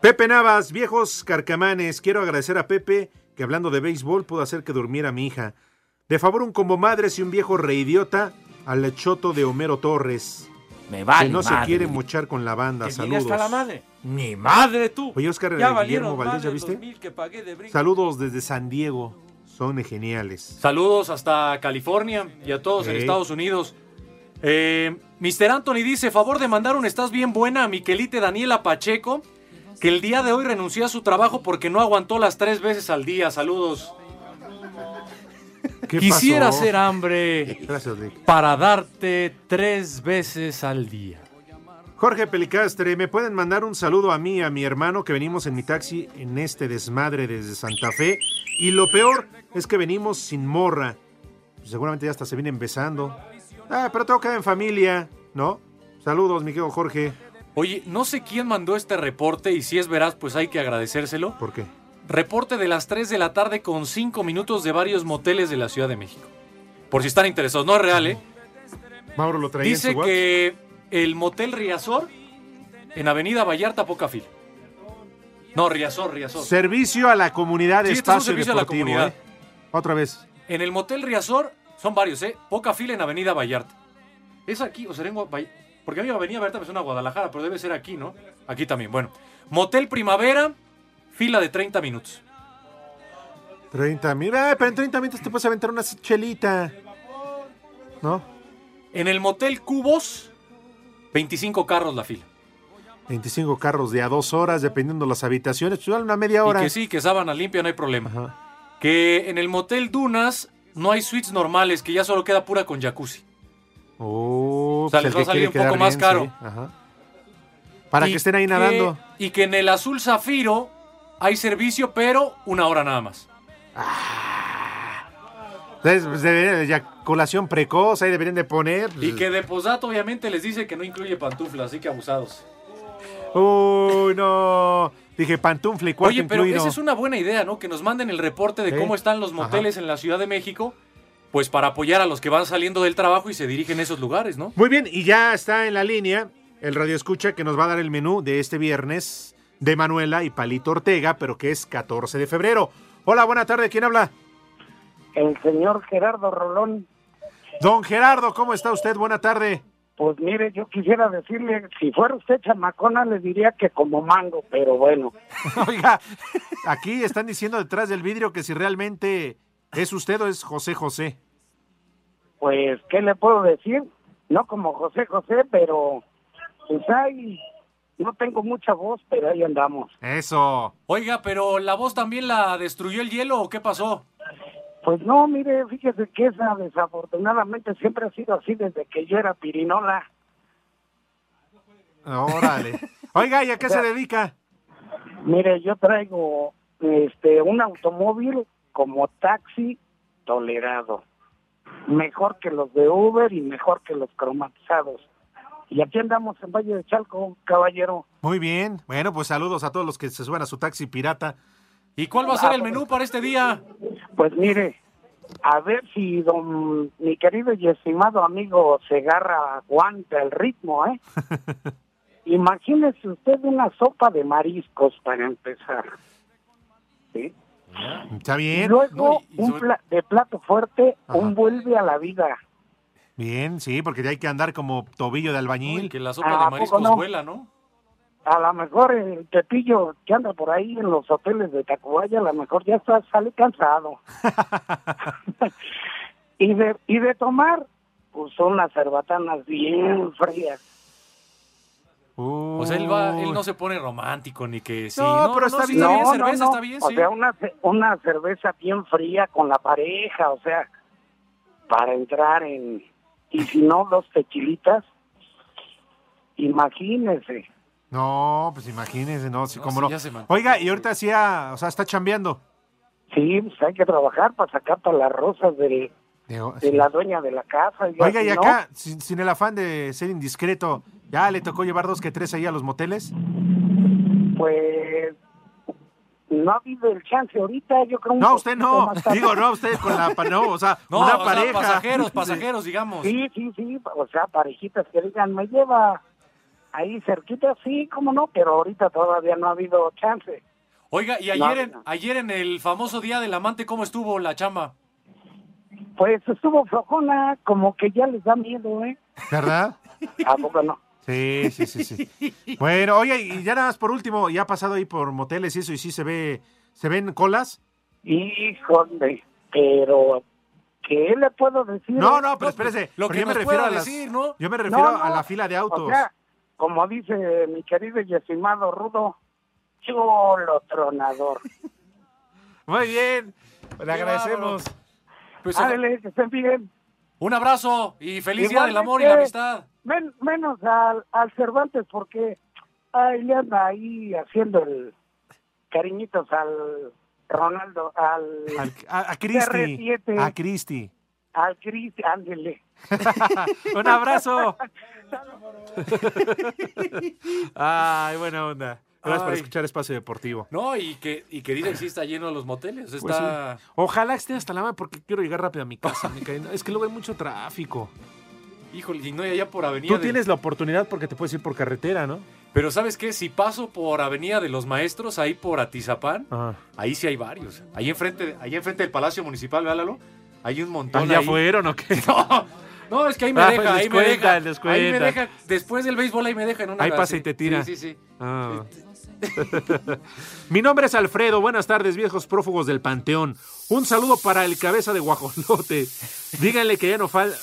Pepe Navas, viejos carcamanes, quiero agradecer a Pepe que hablando de béisbol pudo hacer que durmiera mi hija. De favor un combo madres y un viejo reidiota al choto de Homero Torres. Me vale Que no se madre. quiere mochar con la banda. Que viene Saludos. hasta la madre. Ni madre tú. Oye, Oscar Ya Guillermo valieron Valdés, ¿ya madre viste? los mil que pagué de brinco. Saludos desde San Diego. Son geniales. Saludos hasta California y a todos en Ey. Estados Unidos. Eh, Mr. Anthony dice, favor de mandar un estás bien buena a Miquelite Daniela Pacheco, que el día de hoy renunció a su trabajo porque no aguantó las tres veces al día. Saludos. ¿Qué Quisiera pasó? ser hambre Gracias, Nick. para darte tres veces al día. Jorge Pelicastre, ¿me pueden mandar un saludo a mí y a mi hermano que venimos en mi taxi en este desmadre desde Santa Fe? Y lo peor es que venimos sin morra. Seguramente ya hasta se vienen besando. Ah, pero todo queda en familia, ¿no? Saludos, mi querido Jorge. Oye, no sé quién mandó este reporte y si es veraz, pues hay que agradecérselo. ¿Por qué? Reporte de las 3 de la tarde con 5 minutos de varios moteles de la Ciudad de México. Por si están interesados, no es real, ¿eh? Mauro lo traía en Dice su WhatsApp. que el motel Riazor en Avenida Vallarta, poca fila. No, Riazor, Riazor. Servicio a la comunidad de Sí, este es un espacio servicio a la deportivo. comunidad. ¿eh? Otra vez. En el motel Riazor son varios, ¿eh? Poca fila en Avenida Vallarta. Es aquí, o será en Gua- Vall- Porque a mí Avenida Vallarta me suena a Guadalajara, pero debe ser aquí, ¿no? Aquí también. Bueno, motel Primavera, fila de 30 minutos. 30 mil. Ah, pero en 30 minutos te puedes aventar una chelita. ¿No? En el motel Cubos, 25 carros la fila. 25 carros de a dos horas, dependiendo las habitaciones. Pues dale una media hora. Y que sí, que sábana limpia, no hay problema. Que en el motel Dunas no hay suites normales, que ya solo queda pura con jacuzzi. Oh, O sea, les pues el va a que salir un quiere poco quedar más caro. sí. Ajá. Para Y que estén ahí que- nadando. Y que en el azul zafiro hay servicio, pero una hora nada más. Entonces, pues, deberían de eyaculación precoz, ahí deberían de poner. pues, Y que de posdato obviamente les dice que no incluye pantuflas, así que abusados. Uy, no. Dije pantufle y cuarto Oye, pero incluido. esa es una buena idea, ¿no? Que nos manden el reporte de Sí. cómo están los Ajá. moteles en la Ciudad de México, pues para apoyar a los que van saliendo del trabajo y se dirigen a esos lugares, ¿no? Muy bien, y ya está en la línea el Radio Escucha que nos va a dar el menú de este viernes de Manuela y Palito Ortega, pero que es 14 de febrero. Hola, buena tarde, ¿quién habla? El señor Gerardo Rolón. Don Gerardo, ¿cómo está usted? Buena tarde. Pues mire, yo quisiera decirle, si fuera usted chamacona, le diría que como mango, pero bueno. Oiga, aquí están diciendo detrás del vidrio que si realmente es usted o es José José. Pues, ¿qué le puedo decir? No como José José, pero pues ahí no tengo mucha voz, pero ahí andamos. Eso. Oiga, pero la voz también la destruyó el hielo o qué pasó? Pues no, mire, fíjese que esa desafortunadamente siempre ha sido así desde que yo era pirinola. Órale. Oiga, ¿y a qué se dedica? Mire, yo traigo este un automóvil como taxi tolerado. Mejor que los de Uber y mejor que los cromatizados. Y aquí andamos en Valle de Chalco, caballero. Muy bien. Bueno, pues saludos a todos los que se suben a su taxi pirata. ¿Y cuál va a ser el menú para este día? Pues mire, a ver si don mi querido y estimado amigo Segarra aguanta el ritmo, ¿eh? Imagínese usted una sopa de mariscos para empezar. ¿sí? Está bien. Y luego, un pla- de plato fuerte, un vuelve a la vida. Bien, sí, porque ya hay que andar como tobillo de albañil. que la sopa de Ah, ¿A poco mariscos no? vuela, ¿no? A lo mejor el Pepillo que anda por ahí en los hoteles de Tacubaya, a lo mejor ya está, sale cansado. y, de, y de tomar, pues son las cerbatanas bien frías. O sea, él, va, él no se pone romántico ni que sí. No, pero está está bien. bien. No, no, cerveza, no. está bien, O sí. sea, una, ce- una cerveza bien fría con la pareja, o sea, para entrar en... Y si no, dos tequilitas, imagínese. No, pues imagínense, no, sí, cómo sí, no. ya se mantuvo. Oiga, y ahorita hacía, o sea, está chambeando. Sí, pues hay que trabajar para sacar todas las rosas del- Digo, de la dueña de la casa. Oiga, si y no- acá, sin, sin el afán de ser indiscreto, ¿ya le tocó llevar dos que tres ahí a los moteles? Pues no ha habido el chance ahorita, yo creo. un No, usted poquito no. más tarde. Digo, no, usted con la... pa- No, o sea, No, una o sea, pareja. pasajeros, pasajeros, digamos. Sí, sí, sí, o sea, parejitas que digan, me lleva ahí cerquita, sí, cómo no, pero ahorita todavía no ha habido chance. Oiga, y No, ayer, en, ayer en el famoso Día del Amante, ¿cómo estuvo la chamba? Pues estuvo flojona, como que ya les da miedo, ¿eh? ¿Verdad? ¿A poco no? Sí, sí, sí, sí. Bueno, oye, y ya nada más por último, ya ha pasado ahí por moteles y eso, y sí se ve, ¿se ven colas? Híjole, pero ¿qué le puedo decir? No, no, pero espérese. pero Lo que yo me nos refiero pueda a las- decir, ¿no? Yo me refiero No, no, a la fila de autos. O sea, como dice mi querido y estimado Rudo, chulo tronador. Muy bien, le agradecemos. Pues, Ándale, que estén bien. Un abrazo y feliz Día del Igualmente, Amor y la Amistad. men- menos al, al Cervantes porque ay, le anda ahí haciendo el cariñitos al Ronaldo, al, Al- a, a Cristi. CR7, A Cristi. al Cris, ándele. Un abrazo. Ay, buena onda. Gracias por Ay. escuchar Espacio Deportivo. No, y que, y que dice que sí está lleno de los moteles. Pues Está... sí. Ojalá esté hasta la madre porque quiero llegar rápido a mi casa. mi cariño. es que luego hay mucho tráfico. Híjole, y no, y allá por Avenida Tú del- tienes la oportunidad porque te puedes ir por carretera, ¿no? Pero ¿sabes qué? Si paso por Avenida de los Maestros, ahí por Atizapán, Ah. ahí sí hay varios. Ahí enfrente, ahí enfrente del Palacio Municipal, válalo, hay un montón. ¿Ya ahí. fueron o qué? No, es que ahí me Ah, deja, pues, ahí me descuenta, deja. Ahí me descuenta. deja, después del béisbol ahí me deja en una... Ahí hora, pasa sí. y te tira. Sí, sí, sí. Ah. Mi nombre es Alfredo. Buenas tardes, viejos prófugos del Panteón. Un saludo para el cabeza de guajolote. eh, Díganle que ya no falta.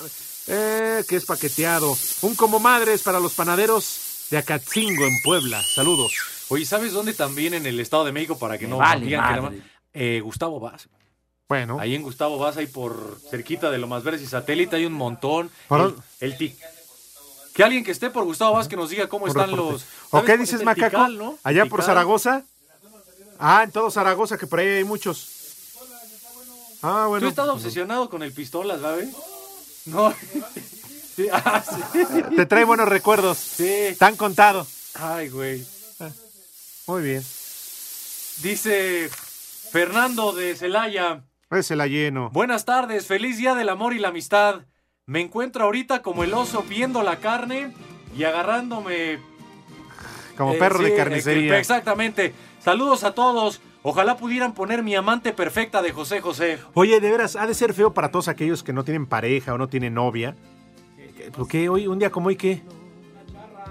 que es paqueteado. Un como madres para los panaderos de Acatzingo, en Puebla. Saludos. Oye, ¿sabes dónde también en el Estado de México para que Me no vale digan que nada madre. más? Eh, Gustavo Vaz. Bueno. Ahí en Gustavo Vaz, ahí por cerquita de Lomas Verdes y Satélite, hay un montón. ¿Para El, el Tic- Que alguien que esté por Gustavo Vaz que nos diga cómo Un Pues están reporte. los. ¿O ¿Sabes cuál qué es dices, el Macaco? Tikal, no? ¿Allá por Tikal. Zaragoza? Ah, en todo Zaragoza, que por ahí hay muchos. Ah, Tú bueno. estás obsesionado con el pistolas, ¿sabes? No. Sí, ah, sí. Te trae buenos recuerdos. Sí. Tan contado. Ay, güey. Muy bien. Dice Fernando de Celaya. Ese Pues la lleno. Buenas tardes, feliz día del amor y la amistad. Me encuentro ahorita como el oso viendo la carne y agarrándome. Como eh, perro sí, de eh, carnicería. exactamente. Saludos a todos. Ojalá pudieran poner mi amante perfecta de José José. Oye, de veras, ha de ser feo para todos aquellos que no tienen pareja o no tienen novia. ¿Por qué hoy, un día como hoy, qué?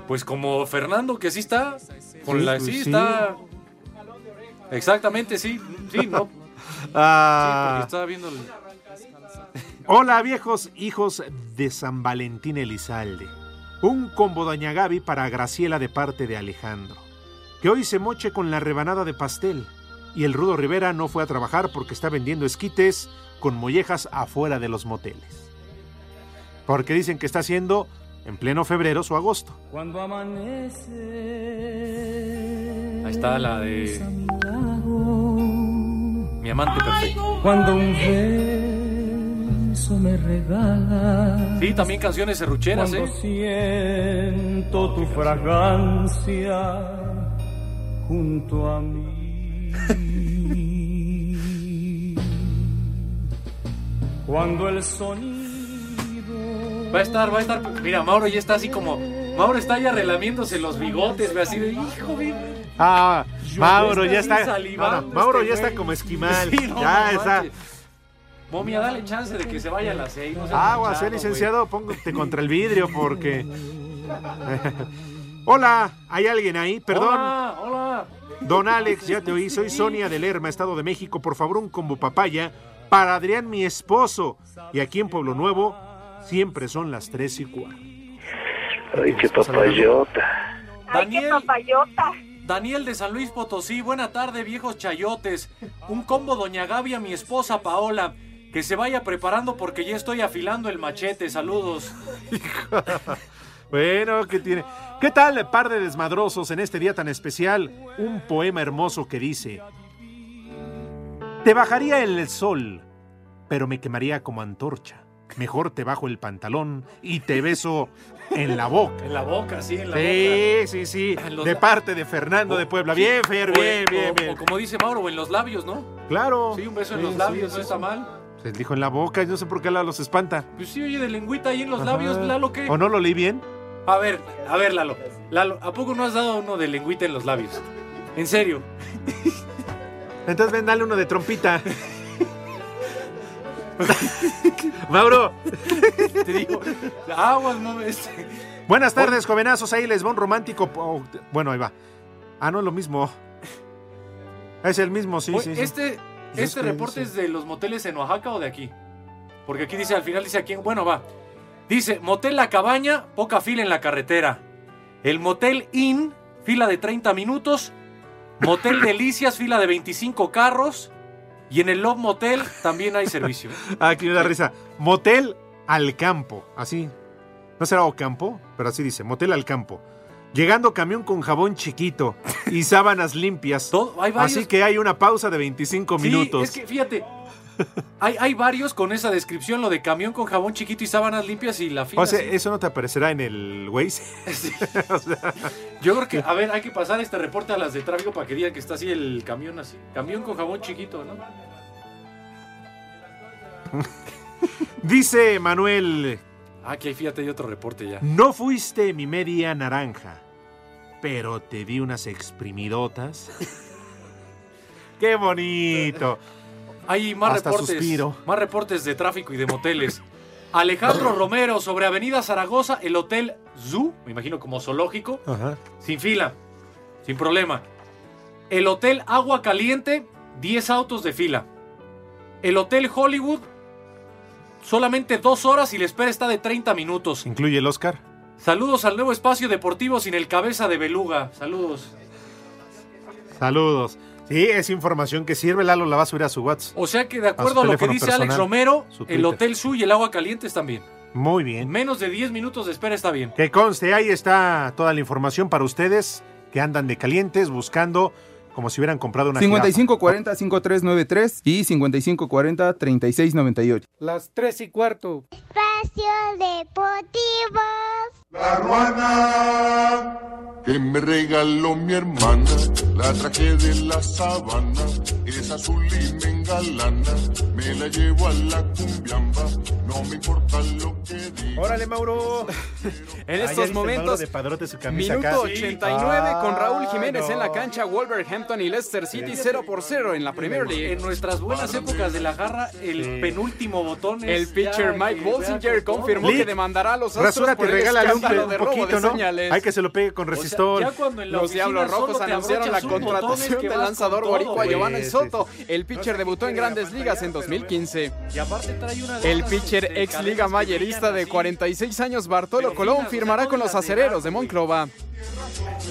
Pues como Fernando, que sí está. Con Sí, la, pues sí, sí. está. Exactamente, sí. Sí, no. Ah. Sí, porque estaba viendo. el- Hola viejos hijos de San Valentín Elizalde. Un combo Doña Gaby para Graciela de parte de Alejandro. Que hoy se moche con la rebanada de pastel. Y el Rudo Rivera no fue a trabajar porque está vendiendo esquites con mollejas afuera de los moteles. Porque dicen que está haciendo en pleno febrero su agosto. Cuando amanece. Ahí está la de. Mi amante perfecto. Cuando un beso me regala. Sí, también canciones serrucheras, Cuando ¿eh? siento tu fragancia junto a mí. Cuando el sonido. Va a estar, va a estar. Mira, Mauro ya está así como. Mauro está ya relamiéndose los bigotes, ve así de hijo, ve". Ah, Yo Mauro ya ya estoy está. salivando no, no, Mauro este ya está güey. como esquimal. Sí, no, ya no está. manches. Momia, dale chance de que se vaya la seis. no seas Agua, manchado, sea güey. eh, licenciado, póngate contra el vidrio porque. Hola, ¿hay alguien ahí? Perdón. Hola, hola. Don Alex, ya te oí. Soy Sonia de Lerma, Estado de México. Por favor, un combo papaya para Adrián, mi esposo. Y aquí en Pueblo Nuevo siempre son las tres y cuarto. Ay, qué papayota. Daniel, Daniel de San Luis Potosí, buena tarde, viejos chayotes. Un combo Doña Gaby a mi esposa Paola. Que se vaya preparando porque ya estoy afilando el machete. Saludos. Bueno, ¿qué tiene? ¿Qué tal, par de desmadrosos, en este día tan especial? Un poema hermoso que dice: Te bajaría el sol, pero me quemaría como antorcha. Mejor te bajo el pantalón y te beso en la boca. En la boca, sí, en la Sí, boca. sí, sí. En los- Oh, De parte de Fernando de Puebla. Bien, Fer, O- bien, o- bien, bien. O como dice Mauro, en los labios, ¿no? Claro. Sí, un beso en Sí, los sí, labios, no sí, sí. está mal. Se dijo en la boca, yo no sé por qué la- los espanta. Pues sí, oye, de lengüita ahí en los Ajá. labios, Lalo, ¿qué? ¿O no lo leí bien? A ver, a ver, Lalo. Lalo, ¿a poco no has dado uno de lengüita en los labios? En serio. Entonces ven, dale uno de trompita. Mauro. Te digo, aguas, no este. Buenas tardes, jovenazos. Ahí les va un romántico. po- oh, Bueno, ahí va. Ah, no es lo mismo. Es el mismo, sí, Oye, sí. sí. este Pues es este que reporte dice- es de los moteles en Oaxaca o de aquí. Porque aquí dice, al final dice aquí, bueno, va. Dice, motel La Cabaña, poca fila en la carretera. El motel Inn, fila de 30 minutos. Motel Delicias, fila de 25 carros. Y en el Love Motel también hay servicio. Ah, Aquí me da risa. Motel al campo. Así. No será Ocampo, pero así dice. Motel al campo. Llegando camión con jabón chiquito y sábanas limpias. hay varios- así que hay una pausa de 25 Sí, minutos. es que fíjate, hay, hay varios con esa descripción, lo de camión con jabón chiquito y sábanas limpias y la fila. O sea, sí. eso no te aparecerá en el Waze. O sea, Yo creo que, a ver, hay que pasar este reporte a las de tráfico para que digan que está así el camión así. Camión con jabón chiquito, ¿no? dice Manuel, Ah, que ahí fíjate, hay otro reporte ya. no fuiste mi media naranja, pero te di unas exprimidotas. Qué bonito. Hay más Hasta reportes. suspiro. Más reportes de tráfico y de moteles. Alejandro Romero sobre Avenida Zaragoza, el Hotel Zoo, me imagino como zoológico, Ajá. sin fila, sin problema. El Hotel Agua Caliente, 10 autos de fila. El Hotel Hollywood, solamente dos horas y la espera está de 30 minutos. Incluye el Oscar. Saludos al nuevo espacio deportivo sin el cabeza de beluga. Saludos. Saludos. Sí, es información que sirve. Lalo la va a subir a su WhatsApp. O sea que de acuerdo a, lo que teléfono dice Alex personal, Romero, su Twitter. el Hotel Su y el agua caliente están bien. Muy bien. Menos de 10 minutos de espera está bien. Que conste, ahí está toda la información para ustedes que andan de calientes buscando como si hubieran comprado una jirafa. 5540-5393 y 5540-3698. Las tres y cuarto. Espacio Deportivo. que me regaló mi hermana. La traje de la sabana, es azul y me engalana. Me la llevo a la cumbiamba, no me importa lo que diga. Órale, Mauro. En Ah, ya estos viste, Mauro, momentos, de padrote su camisa acá. Minuto 89 Ah, con Raúl Jiménez no. en la cancha Wolverhampton y Leicester City 0 por 0 en la Premier League. En nuestras buenas épocas de la garra, el penúltimo botón El es pitcher ya Mike que Bolsinger ya costó. confirmó que demandará a los Astros Rasura por te el regala un, escándalo un de robo poquito, de ¿no? señales. Hay que se lo pegue con resistor. ya cuando en la Los oficina Diablos Rojos solo te anunciaron la abrochas un botón, es contratación que del vas lanzador con todo, boricua güey. Giovanni Sí, Soto. El pitcher debutó en Grandes Ligas en 2015. Y aparte trae una de El esas, pitcher este, ex cadenas Liga que Mayerista de 46 años Bartolo Colón firmará con los acereros de Monclova.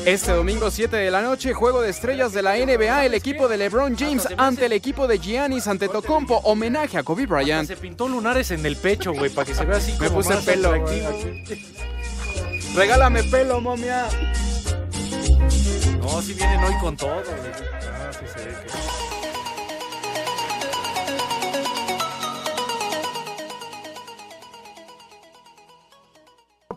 Este domingo 7 de la noche, juego de estrellas de la NBA, el equipo de LeBron James ante el equipo de Giannis Antetokounmpo, homenaje a Kobe Bryant. Se pintó lunares en el pecho, güey, para que se vea así Me como puse más pelo, atractivo, güey, güey. Regálame pelo, momia. No, si vienen hoy con todo, güey.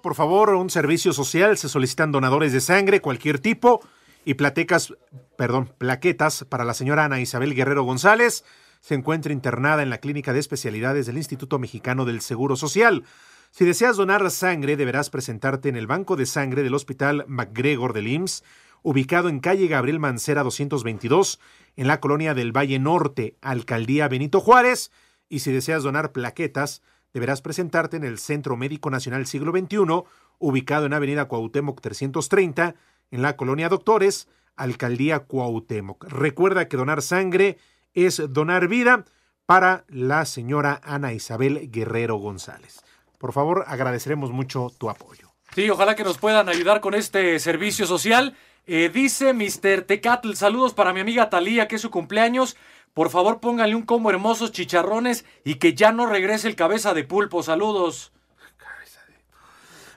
Por favor, un servicio social. Se solicitan donadores de sangre, cualquier tipo, y platecas, perdón, plaquetas para la señora Ana Isabel Guerrero González. Se encuentra internada en la clínica de especialidades del Instituto Mexicano del Seguro Social. Si deseas donar sangre, deberás presentarte en el Banco de Sangre del Hospital MacGregor del IMSS, ubicado en calle Gabriel Mancera 222, en la colonia del Valle Norte, Alcaldía Benito Juárez. Y si deseas donar plaquetas, deberás presentarte en el Centro Médico Nacional Siglo XXI, ubicado en Avenida Cuauhtémoc 330, en la colonia Doctores, Alcaldía Cuauhtémoc. Recuerda que donar sangre es donar vida para la señora Ana Isabel Guerrero González. Por favor, agradeceremos mucho tu apoyo. Sí, ojalá que nos puedan ayudar con este servicio social. Eh, dice Mr. Tecatl, saludos para mi amiga Talía, que es su cumpleaños. Por favor, pónganle un combo hermosos chicharrones y que ya no regrese el cabeza de pulpo. Saludos.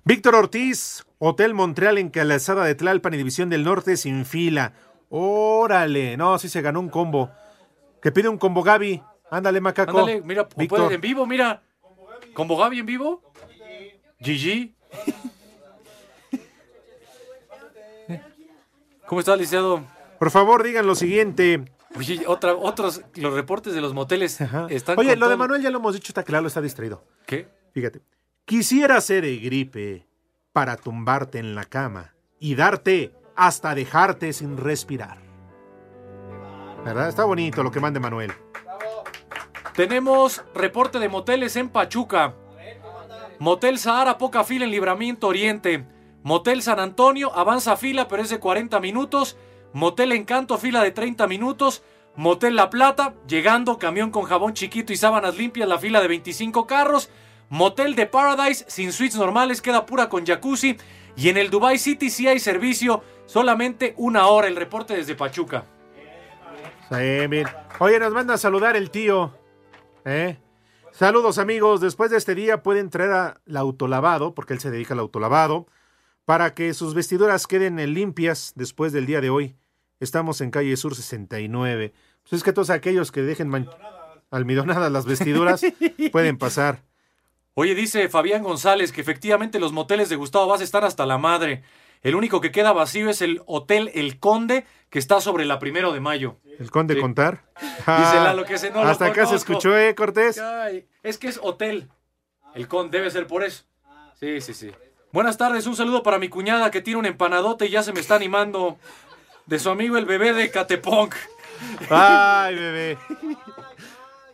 Víctor Ortiz, Hotel Montreal en Calzada de Tlalpan y División del Norte sin fila. Órale, no, sí se ganó un combo. Que pide un combo Gaby. Ándale, macaco. Ándale, mira, o Víctor. pueden en vivo, mira. Como Gaby en vivo. GG. ¿Cómo está, licenciado? Por favor, digan lo siguiente. Oye, otra, otros, los reportes de los moteles están Oye, con lo de todo. Manuel ya lo hemos dicho, está claro, está distraído. ¿Qué? Fíjate. Quisiera ser el gripe para tumbarte en la cama y darte hasta dejarte sin respirar. ¿Verdad? Está bonito lo que mande Manuel. Tenemos reporte de moteles en Pachuca. Motel Sahara, poca fila en Libramiento Oriente. Motel San Antonio, avanza fila, pero es de 40 minutos. Motel Encanto, fila de 30 minutos. Motel La Plata, llegando, camión con jabón chiquito y sábanas limpias, la fila de 25 carros. Motel de Paradise, sin suites normales, queda pura con jacuzzi. Y en el Dubai City sí hay servicio, solamente una hora. El reporte desde Pachuca. Sí, bien. Oye, nos manda a saludar el tío. ¿Eh? Saludos, amigos. Después de este día pueden traer al autolavado, porque él se dedica al autolavado, para que sus vestiduras queden eh, limpias después del día de hoy. Estamos en calle Sur 69. Pues es que todos aquellos que dejen man- almidonadas las vestiduras pueden pasar. Oye, dice Fabián González que efectivamente los moteles de Gustavo Vaz están hasta la madre. El único que queda vacío es el Hotel El Conde, que está sobre la primero de mayo. ¿El conde contar? Ah, Dice Lalo que ese no lo Hasta acá se conozco. escuchó, ¿eh, Cortés? Ay, es que es hotel. El Conde debe ser por eso. Sí, sí, sí. Buenas tardes, un saludo para mi cuñada que tiene un empanadote y ya se me está animando. De su amigo el bebé de Cateponc. Ay, bebé.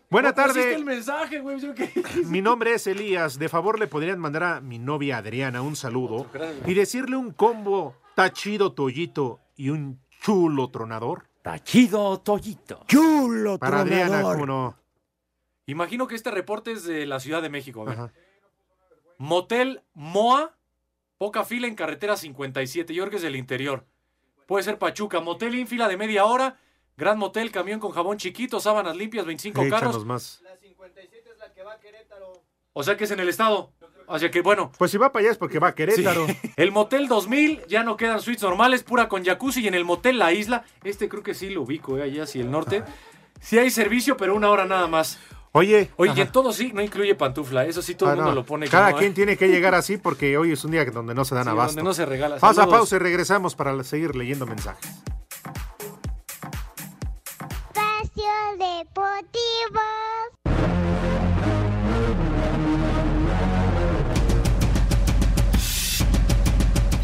Buena No pusiste tarde. el mensaje, güey. Yo qué- Mi nombre es Elías. De favor, le podrían mandar a mi novia Adriana un saludo grande. y decirle un combo tachido tollito y un chulo tronador. Tachido tollito. Chulo Para tronador. Adriana, ¿cómo no? Imagino que este reporte es de la Ciudad de México. a ver. Motel Moa, Poca fila en carretera 57, yo creo que es del interior. Puede ser Pachuca, motel ínfila de media hora, gran motel, camión con jabón chiquito, sábanas limpias, 25 Échanos carros. más. O sea que es en el estado. O sea que, bueno. Pues si va para allá es porque va a Querétaro. Sí. El Motel 2000 ya no quedan suites normales, pura con jacuzzi. Y en el Motel La Isla, este creo que sí lo ubico, ¿eh? allá hacia el norte. Sí hay servicio, pero una hora nada más. Oye. Oye, y Ajá. en todo sí, no incluye pantufla. Eso sí, todo Ah, el mundo no. lo pone. Cada como, quien ¿eh? tiene que llegar así porque hoy es un día que- donde no se dan Sí, abasto. donde no se regala. Pausa, Saludos. pausa y regresamos para seguir leyendo mensajes. Espacio Deportivo.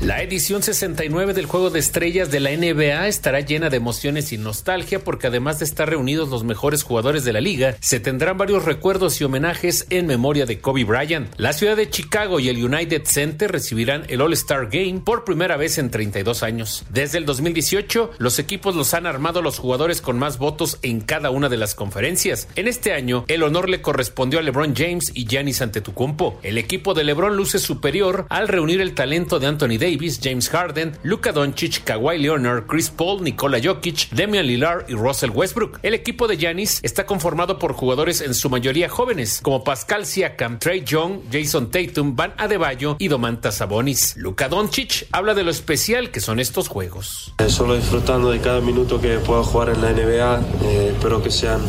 La edición 69 del Juego de Estrellas de la NBA estará llena de emociones y nostalgia porque además de estar reunidos los mejores jugadores de la liga, se tendrán varios recuerdos y homenajes en memoria de Kobe Bryant. La ciudad de Chicago y el United Center recibirán el All-Star Game por primera vez en 32 años. Desde el 2018, los equipos los han armado los jugadores con más votos en cada una de las conferencias. En este año, el honor le correspondió a LeBron James y Giannis Antetokounmpo. El equipo de LeBron luce superior al reunir el talento de Anthony Davis, James Harden, Luka Doncic, Kawhi Leonard, Chris Paul, Nikola Jokic, Damian Lillard y Russell Westbrook. El equipo de Giannis está conformado por jugadores en su mayoría jóvenes, como Pascal Siakam, Trey Young, Jason Tatum, Van Adebayo y Domantas Sabonis. Luka Doncic habla de lo especial que son estos juegos. Eh, Solo disfrutando de cada minuto que pueda jugar en la NBA, eh, espero que sean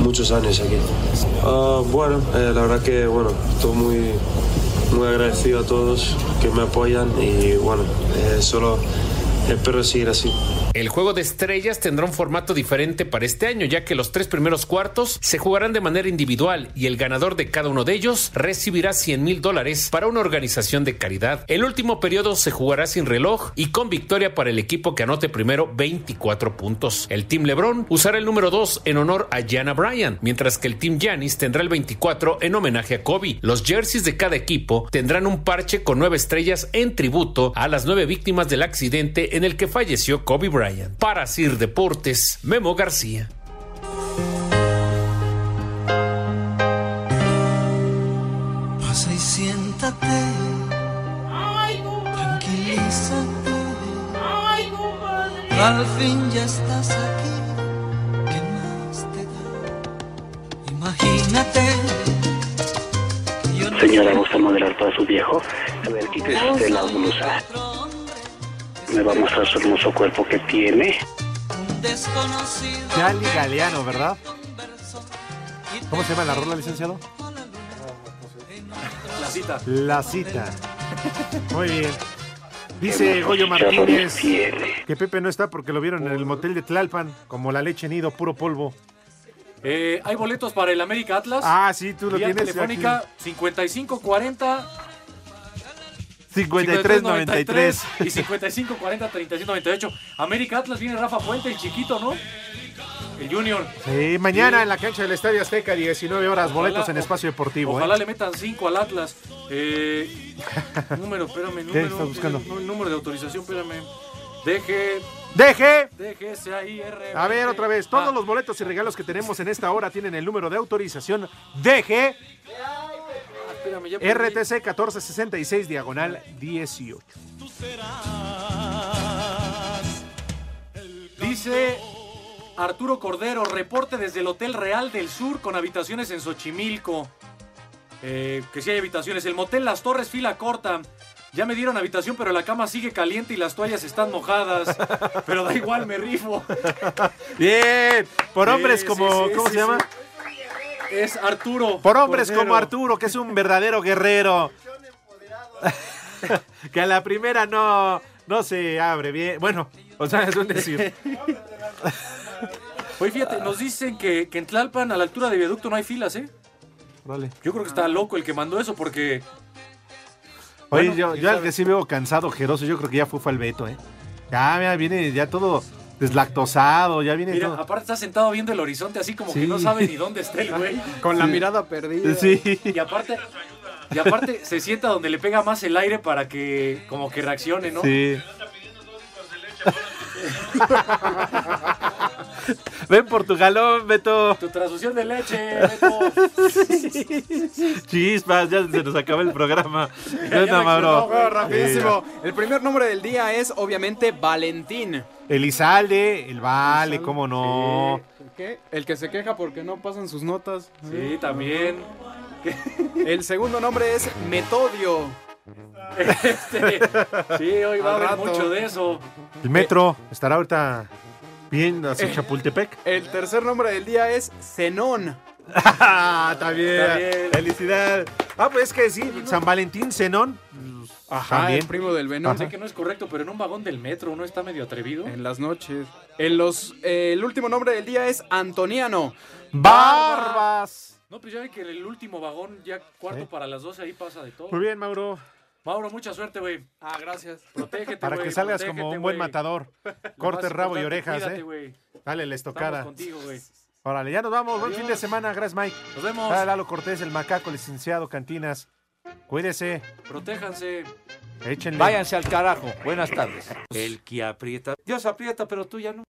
muchos años aquí. Ah, bueno, eh, la verdad que bueno, estoy muy, muy agradecido a todos que me apoyan y bueno, eh, solo espero seguir así. El juego de estrellas tendrá un formato diferente para este año, ya que los tres primeros cuartos se jugarán de manera individual y el ganador de cada uno de ellos recibirá 100 mil dólares para una organización de caridad. El último periodo se jugará sin reloj y con victoria para el equipo que anote primero 24 puntos. El Team LeBron usará el número 2 en honor a Gianna Bryan, mientras que el Team Giannis tendrá el 24 en homenaje a Kobe. Los jerseys de cada equipo tendrán un parche con nueve estrellas en tributo a las nueve víctimas del accidente en el que falleció Kobe Bryant. Para Sir Deportes, Memo García. Pasa y siéntate. Tranquilízate. Al fin ya estás aquí. ¿Qué más te da? Imagínate. Señora, ¿gusta modelar para su viejo? A ver, quítese usted la blusa. Me va a mostrar su hermoso cuerpo que tiene. Desconocido. Yali Galeano, ¿verdad? ¿Cómo se llama la rola, licenciado? La cita. La cita. Muy bien. Dice Hermosos Goyo chicharrones Martínez tiene. que Pepe no está porque lo vieron en el motel de Tlalpan, como la leche nido, puro polvo. Eh, hay boletos para el América Atlas. Ah, sí, tú lo Vía tienes telefónica 5540 5393. y 5540 3798. América Atlas viene Rafa Puente, el chiquito, ¿no? El Junior. Sí, mañana en la cancha del Estadio Azteca, 19 horas, Ojalá, boletos en o- espacio deportivo. Ojalá ¿eh? le metan 5 al Atlas. Eh, número, espérame, número. eh, estás buscando? no, el número de autorización, espérame. Deje. Deje. Deje CAIR. A ver, otra vez, Ah. todos los boletos y regalos que tenemos en esta hora tienen el número de autorización DG Espérame, ya perdí. RTC 1466 diagonal 18. Dice Arturo Cordero, reporte desde el Hotel Real del Sur con habitaciones en Xochimilco. Eh, que sí hay habitaciones. El motel Las Torres, fila corta. Ya me dieron habitación, pero la cama sigue caliente y las toallas están mojadas. Pero da igual, me rifo. Bien, por Sí, hombres sí, como, sí, ¿cómo sí, se llama? Es Arturo. Por hombres Cordero. como Arturo, que es un verdadero guerrero. que a la primera no, no se abre bien. Bueno, o sea, es un decir. Oye, fíjate, nos dicen que, que en Tlalpan, a la altura de viaducto, no hay filas, ¿eh? Yo creo que está loco el que mandó eso porque. Oye, Bueno, yo, quién yo al sabe. que sí veo cansado, ojeroso, yo creo que ya fue, fue al Beto, ¿eh? Ya, mira, viene ya todo deslactosado, ya viene Mira, todo. aparte está sentado viendo el horizonte así como que Sí. no sabe ni dónde está el güey. Con la Sí. mirada perdida. Sí. Y aparte, y aparte se sienta donde le pega más el aire para que como que reaccione, ¿no? Sí. Ven por tu galón, Beto. Tu transfusión de leche, Beto. Chispas, ya se nos acabó el programa. ¿Qué onda, Ya me Mauro? quedó, güey, rapidísimo. Eh, El primer nombre del día es obviamente Valentín. Elizalde, el Vale, cómo no. ¿Qué? El que se queja porque no pasan sus notas. Sí, también. El segundo nombre es Metodio. Este, sí, hoy va a Al haber rato. mucho de eso. El metro Eh. estará ahorita bien hacia Eh. Chapultepec. El tercer nombre del día es Zenón. Ah, está bien. Está bien. Felicidad. Ah, pues es que sí, San Valentín, Zenón. Ajá, Ah, Ah, el primo del Venón. Sé que no es correcto, pero en un vagón del metro no está medio atrevido. En las noches. En los, eh, el último nombre del día es Antoniano. Barbas. No, pues ya ve que en el último vagón, ya cuarto para las 12, ahí pasa de todo. Muy bien, Mauro. Mauro, mucha suerte, güey. Ah, gracias. Protégete, Para güey, que salgas como protégete, un güey. buen matador. Lo Corte, más rabo y importante, orejas, cuídate, ¿eh? güey. Dale la estocada. Estamos contigo, güey. Órale, ya nos vamos. Buen fin de Adiós. semana. Gracias, Mike. Nos vemos. Dale, Lalo Cortés, el macaco licenciado Cantinas. Cuídese. Protéjanse. Échenle. Váyanse al carajo. Buenas tardes. El que aprieta. Dios aprieta, pero tú ya no.